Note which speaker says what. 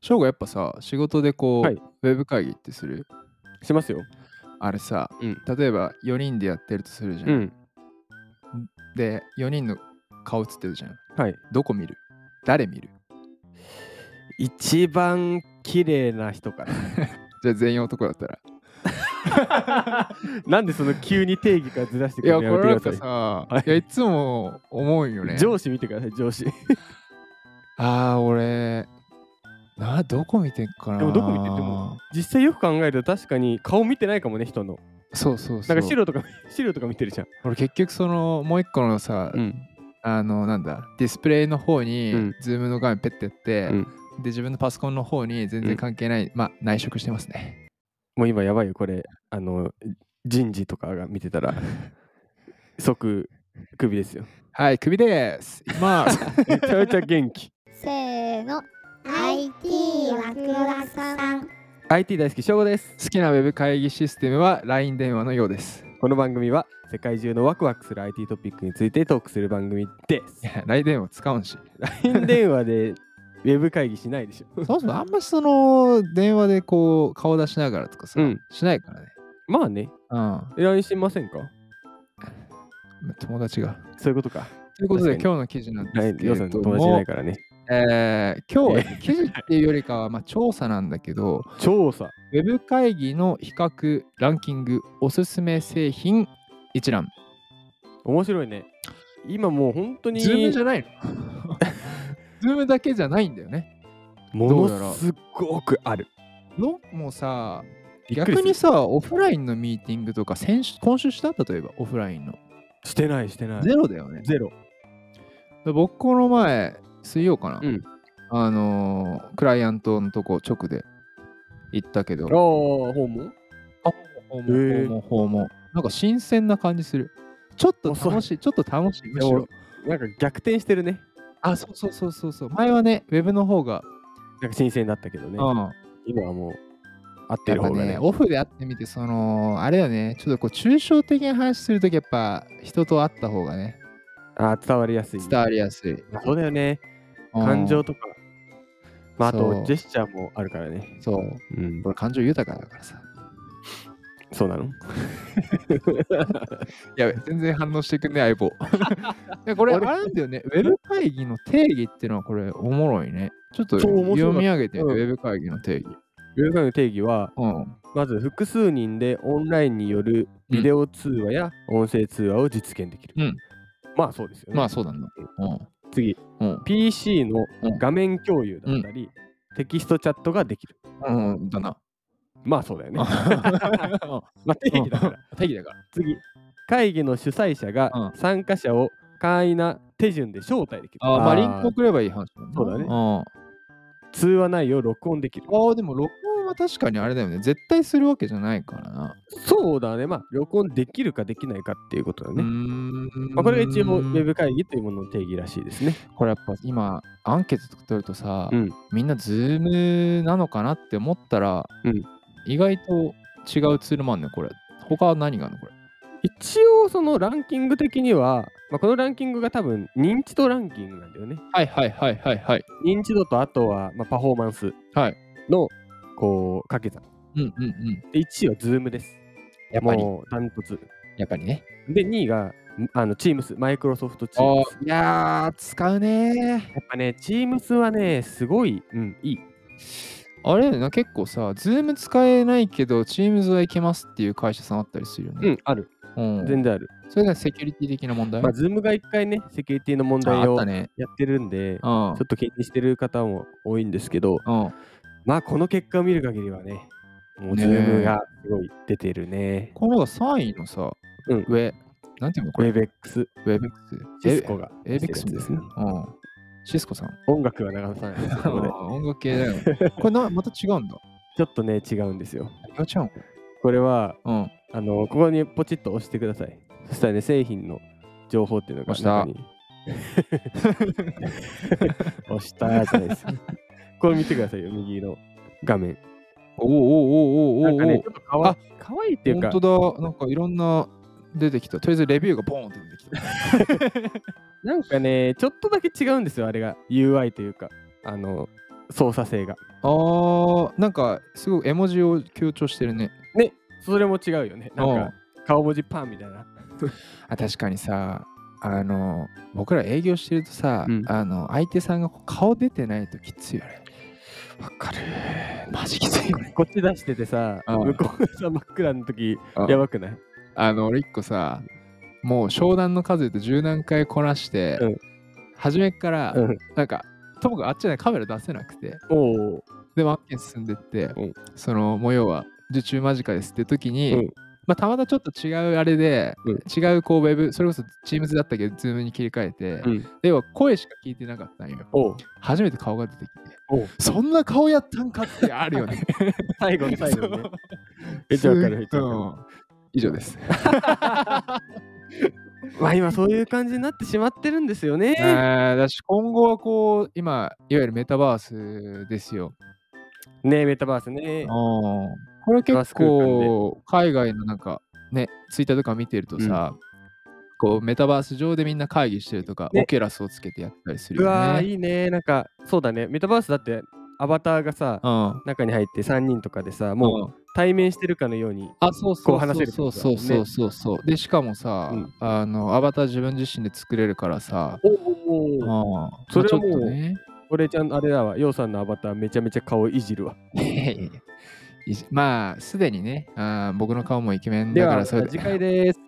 Speaker 1: 翔吾やっぱさ、仕事でこう、
Speaker 2: はい
Speaker 1: ウェブ会議ってする
Speaker 2: しますよ。
Speaker 1: あれさ、
Speaker 2: うん
Speaker 1: 例えば4人でやってるとするじゃん。
Speaker 2: うん。
Speaker 1: で、4人の顔映ってるじゃん。
Speaker 2: はい。
Speaker 1: どこ見る誰見る
Speaker 2: 一番綺麗な人か
Speaker 1: じゃあ全員男だったら。
Speaker 2: ら。なんでその急に定義からずらして
Speaker 1: い
Speaker 2: く
Speaker 1: や、
Speaker 2: る
Speaker 1: こ
Speaker 2: の
Speaker 1: れな
Speaker 2: や
Speaker 1: ん
Speaker 2: めて
Speaker 1: か
Speaker 2: くださ
Speaker 1: さ、
Speaker 2: はい
Speaker 1: い、や、いつも思うよね
Speaker 2: い。。上司見てください、上司。で
Speaker 1: ああ、俺、な、どこ見てんかな。
Speaker 2: もどこ見てても、実際よく考えると確かに顔見てないかもね、人の。
Speaker 1: そうそうそ
Speaker 2: な
Speaker 1: う。
Speaker 2: んか資料とか、 資料とか見てるじゃん。
Speaker 1: 俺結局その、もう一個のさ、
Speaker 2: ん。
Speaker 1: あのなんだディスプレイの方に、
Speaker 2: うん
Speaker 1: ズームの画面ペッてやって、
Speaker 2: うん
Speaker 1: で自分のパソコンの方に全然関係ない、まあ内職してますね
Speaker 2: もう今やばいよ、これ。あの、人事とかが見てたら、即、クビですよ。
Speaker 1: はいクビです まあ
Speaker 2: めちゃめちゃ元気。
Speaker 3: せーの IT ワクワクさん
Speaker 2: IT 大好き、翔吾です。
Speaker 1: 好きなウェブ会議システムは LINE 電話のようです
Speaker 2: この番組は世界中のワクワクする IT トピックについてトークする番組です
Speaker 1: い。や LINE 電話使うんし
Speaker 2: LINE 電話でウェブ会議しないでしょ。
Speaker 1: そもそもあんまりその電話でこう顔出しながらとかさ、
Speaker 2: うん
Speaker 1: しないからね
Speaker 2: まあね、
Speaker 1: うんま
Speaker 2: LINE しませんか
Speaker 1: あ友達が
Speaker 2: そういうことか。
Speaker 1: ということで
Speaker 2: 確か
Speaker 1: 今日の記事なんです
Speaker 2: LINE
Speaker 1: け
Speaker 2: 予
Speaker 1: れ
Speaker 2: 算
Speaker 1: ど
Speaker 2: 友達い
Speaker 1: も
Speaker 2: ない、からね。
Speaker 1: えー今日はね 記事っていうよりかは、まあ、調査なんだけど、
Speaker 2: 調査。
Speaker 1: ウェブ会議の比較、ランキング、おすすめ製品一覧。
Speaker 2: 面白いね。今もう本当に
Speaker 1: ズームじゃないの ズームだけじゃないんだよね。
Speaker 2: も
Speaker 1: どうやら
Speaker 2: のすっごくある。
Speaker 1: のもうさ、
Speaker 2: びっく
Speaker 1: 逆
Speaker 2: りする
Speaker 1: にさ、オフラインのミーティングとか先週、今週した例えばオフラインの。
Speaker 2: してないしてない。
Speaker 1: ゼロだよね。
Speaker 2: ゼロ。
Speaker 1: 僕、この前、水曜かな、
Speaker 2: うん
Speaker 1: あのークライアントのとこ直で行ったけど、
Speaker 2: ああ、訪問
Speaker 1: 訪問、
Speaker 2: へー
Speaker 1: 訪問、訪問。なんか新鮮な感じする。ちょっと
Speaker 2: あそう
Speaker 1: 楽しい、ちょっと楽しい、むしろ。
Speaker 2: なんか逆転してるね。
Speaker 1: あ、そうそうそうそうそう。前はね、ウェブの方が、
Speaker 2: なんか新鮮だったけどね。
Speaker 1: うん、
Speaker 2: 今はもう合って
Speaker 1: やっ
Speaker 2: る
Speaker 1: ぱ
Speaker 2: 方が
Speaker 1: ね、
Speaker 2: ね。
Speaker 1: オフで会ってみて、その、あれだよね、ちょっとこう、抽象的な話するとき、やっぱ、人と会った方がね、
Speaker 2: あー伝わりやすい。
Speaker 1: 伝わりやすい。
Speaker 2: そうだよね。
Speaker 1: うん
Speaker 2: 感情とか、まあ、あ
Speaker 1: そ
Speaker 2: と
Speaker 1: う
Speaker 2: ジェスチャーもあるからね。
Speaker 1: そう。
Speaker 2: うん、
Speaker 1: 俺、感情豊かだからさ。
Speaker 2: そうなの
Speaker 1: やべ、全然反応してくんね、相棒。いや これ、あれ
Speaker 2: 俺
Speaker 1: なんだよね、ウェブ会議の定義っていうのは、これ、おもろいね。ちょっと
Speaker 2: そう面白かった
Speaker 1: 読み上げて、
Speaker 2: うん
Speaker 1: ウェブ会議の定義。
Speaker 2: ウェブ会議の定義は、
Speaker 1: うん。
Speaker 2: まず複数人でオンラインによるビデオ通話や音声通話を実現できる。
Speaker 1: うん
Speaker 2: まあそうですよね。
Speaker 1: まあ、そうなんだ。
Speaker 2: 次、
Speaker 1: うん。うん。
Speaker 2: PC の
Speaker 1: うん
Speaker 2: 画面共有だったり、テキストチャットができる。
Speaker 1: うん、だ な。
Speaker 2: まあそうだよね。ま
Speaker 1: 定
Speaker 2: あ定義だから。。
Speaker 1: 定義だから。
Speaker 2: 次、会議の主催者が
Speaker 1: う
Speaker 2: 参加者を簡易な手順で招待できる。
Speaker 1: あーまあ、リンク送ればいい話だもんな
Speaker 2: そうだね
Speaker 1: うん。
Speaker 2: 通話内容を録音できる。
Speaker 1: ああ、でも録音は確かにあれだよね。絶対するわけじゃないからな。
Speaker 2: そうだね。まあ、録音できるかできないかっていうことだ
Speaker 1: うー
Speaker 2: ね。
Speaker 1: ん。
Speaker 2: まあ、これが一応、ウ
Speaker 1: うん
Speaker 2: ェブ会議というものの定義らしいですね。
Speaker 1: これやっぱ今、アンケート取るとさ、
Speaker 2: うん
Speaker 1: みんなズームなのかなって思ったら、
Speaker 2: うん
Speaker 1: 意外と違うツールもあんね、これ。他は何があるのこれ。
Speaker 2: 一応、そのランキング的には、まあ、このランキングが多分、認知度ランキングなんだよね。
Speaker 1: はいはいはいはいはい。
Speaker 2: 認知度と、あとは、まあ、パフォーマンス
Speaker 1: はい
Speaker 2: の、こう、掛け算。
Speaker 1: うんうんうん。
Speaker 2: で、1位は、ズームです。
Speaker 1: やっぱり、
Speaker 2: もう、ダントツ。
Speaker 1: やっぱりね。
Speaker 2: で、2位が、あの、Teams、マイクロソフトチ
Speaker 1: あ
Speaker 2: ーム
Speaker 1: ーいやー、使うね
Speaker 2: やっぱね、Teams はね、すごい、うん、いい。
Speaker 1: ー。あれだよな、結構さ、ズーム使えないけど、Teams はいけますっていう会社さんあったりするよ
Speaker 2: う
Speaker 1: ね。
Speaker 2: ん、ある。
Speaker 1: うん。
Speaker 2: 全然ある。
Speaker 1: それがセキュリティ的な問題。
Speaker 2: まあ、ズームが一回ね、セキュリティの問
Speaker 1: あ
Speaker 2: 題
Speaker 1: あっ
Speaker 2: を
Speaker 1: たね。
Speaker 2: やってるんで、
Speaker 1: うん
Speaker 2: ちょっと気にしてる方も多いんですけ
Speaker 1: う
Speaker 2: ど、
Speaker 1: ん、
Speaker 2: まあこの結果を見る限りはね、もう
Speaker 1: ねえ
Speaker 2: ズームがすごい出てるね。
Speaker 1: このが3位のさ、
Speaker 2: うん
Speaker 1: 上、なんていうのこ
Speaker 2: ウ
Speaker 1: れ
Speaker 2: ェ、ベックス、
Speaker 1: ウェブックス。
Speaker 2: シスコが。
Speaker 1: エベックスですね。うん。シスコさん。
Speaker 2: 音楽は流さないですけどね。
Speaker 1: 音楽系だよ。これな、また違うんだ。
Speaker 2: ちょっとね、違うんですよ。
Speaker 1: 違うちゃうん
Speaker 2: これは、
Speaker 1: うん。
Speaker 2: あの、ここにポチッと押してください。そしたらね、製品の情報っていうのが
Speaker 1: 押した
Speaker 2: 中に。 押したじゃないです。これ見てくださいよ、右の画面。
Speaker 1: おおおおお
Speaker 2: な
Speaker 1: お
Speaker 2: んかね、ちょっとかわかわいいっていうか、
Speaker 1: 本当だ。なんかいろんな出てきた。とりあえずレビューがポーンって出てきた。
Speaker 2: なんかね、ちょっとだけ違うんですよ、あれが。UI というか、あの、操作性が。
Speaker 1: あー、なんかすごい絵文字を強調してるね。
Speaker 2: ね、それも違うよね。なん
Speaker 1: う
Speaker 2: か顔文字パンみたいな。
Speaker 1: あ確かにさあの僕ら営業してるとさ、
Speaker 2: うん
Speaker 1: あの相手さんがこう顔出てないときついよねわかるマジきついよね
Speaker 2: こっち出しててさ、
Speaker 1: うん
Speaker 2: 向こうがさ真っ暗の時
Speaker 1: うん
Speaker 2: やばくない
Speaker 1: あの俺一個さもう商談の数で十何回こなして、
Speaker 2: うん
Speaker 1: 初めっから、
Speaker 2: うん
Speaker 1: なんかともかくあっちでカメラ出せなくて
Speaker 2: おお。
Speaker 1: でも案件進んでって、
Speaker 2: うん
Speaker 1: そのもう要は受注間近ですって時に、
Speaker 2: うん
Speaker 1: まあ、たまたまちょっと違うあれで、
Speaker 2: うん
Speaker 1: 違うこうウェブそれこそ Teams だったけど Zoom に切り替えて、
Speaker 2: うん。
Speaker 1: では声しか聞いてなかったんよ
Speaker 2: おう
Speaker 1: 初めて顔が出てきて
Speaker 2: おう。
Speaker 1: そんな顔やったんかってあるよ ね
Speaker 2: 最後の最後にね。めっちゃわかる。めっちゃわかる
Speaker 1: うん以上です
Speaker 2: まあ今そういう感じになってしまってるんですよね。
Speaker 1: あーだし今後はこう今いわゆるメタバースですよ
Speaker 2: ねえメタバースね。
Speaker 1: これ結構海外のなんかねツイッターとか見てるとさ、こうメタバース上でみんな会議してるとか、
Speaker 2: ね
Speaker 1: オケラスをつけてやったりする
Speaker 2: う
Speaker 1: よ
Speaker 2: わー
Speaker 1: ね
Speaker 2: いいね。なんかそうだね。メタバースだってアバターがさ、
Speaker 1: うん
Speaker 2: 中に入って3人とかでさ、
Speaker 1: う
Speaker 2: もうん対面してるかのように。
Speaker 1: あ、そうそう
Speaker 2: こう話せるって
Speaker 1: そ
Speaker 2: こ
Speaker 1: う
Speaker 2: とだ
Speaker 1: そうそうそうそう、で、しかもさ、
Speaker 2: うん
Speaker 1: あの、アバター自分自身で作れるからさ、
Speaker 2: お
Speaker 1: あ
Speaker 2: お。
Speaker 1: ー
Speaker 2: そ
Speaker 1: まあ
Speaker 2: れは
Speaker 1: ちょっと ね、
Speaker 2: 俺ちゃんあれだわ。ようさんのアバターめちゃめちゃ顔いじるわ。
Speaker 1: いじまあ、すでにねあー、僕の顔もイケメン
Speaker 2: で
Speaker 1: だか
Speaker 2: は
Speaker 1: らそれ
Speaker 2: 次回です。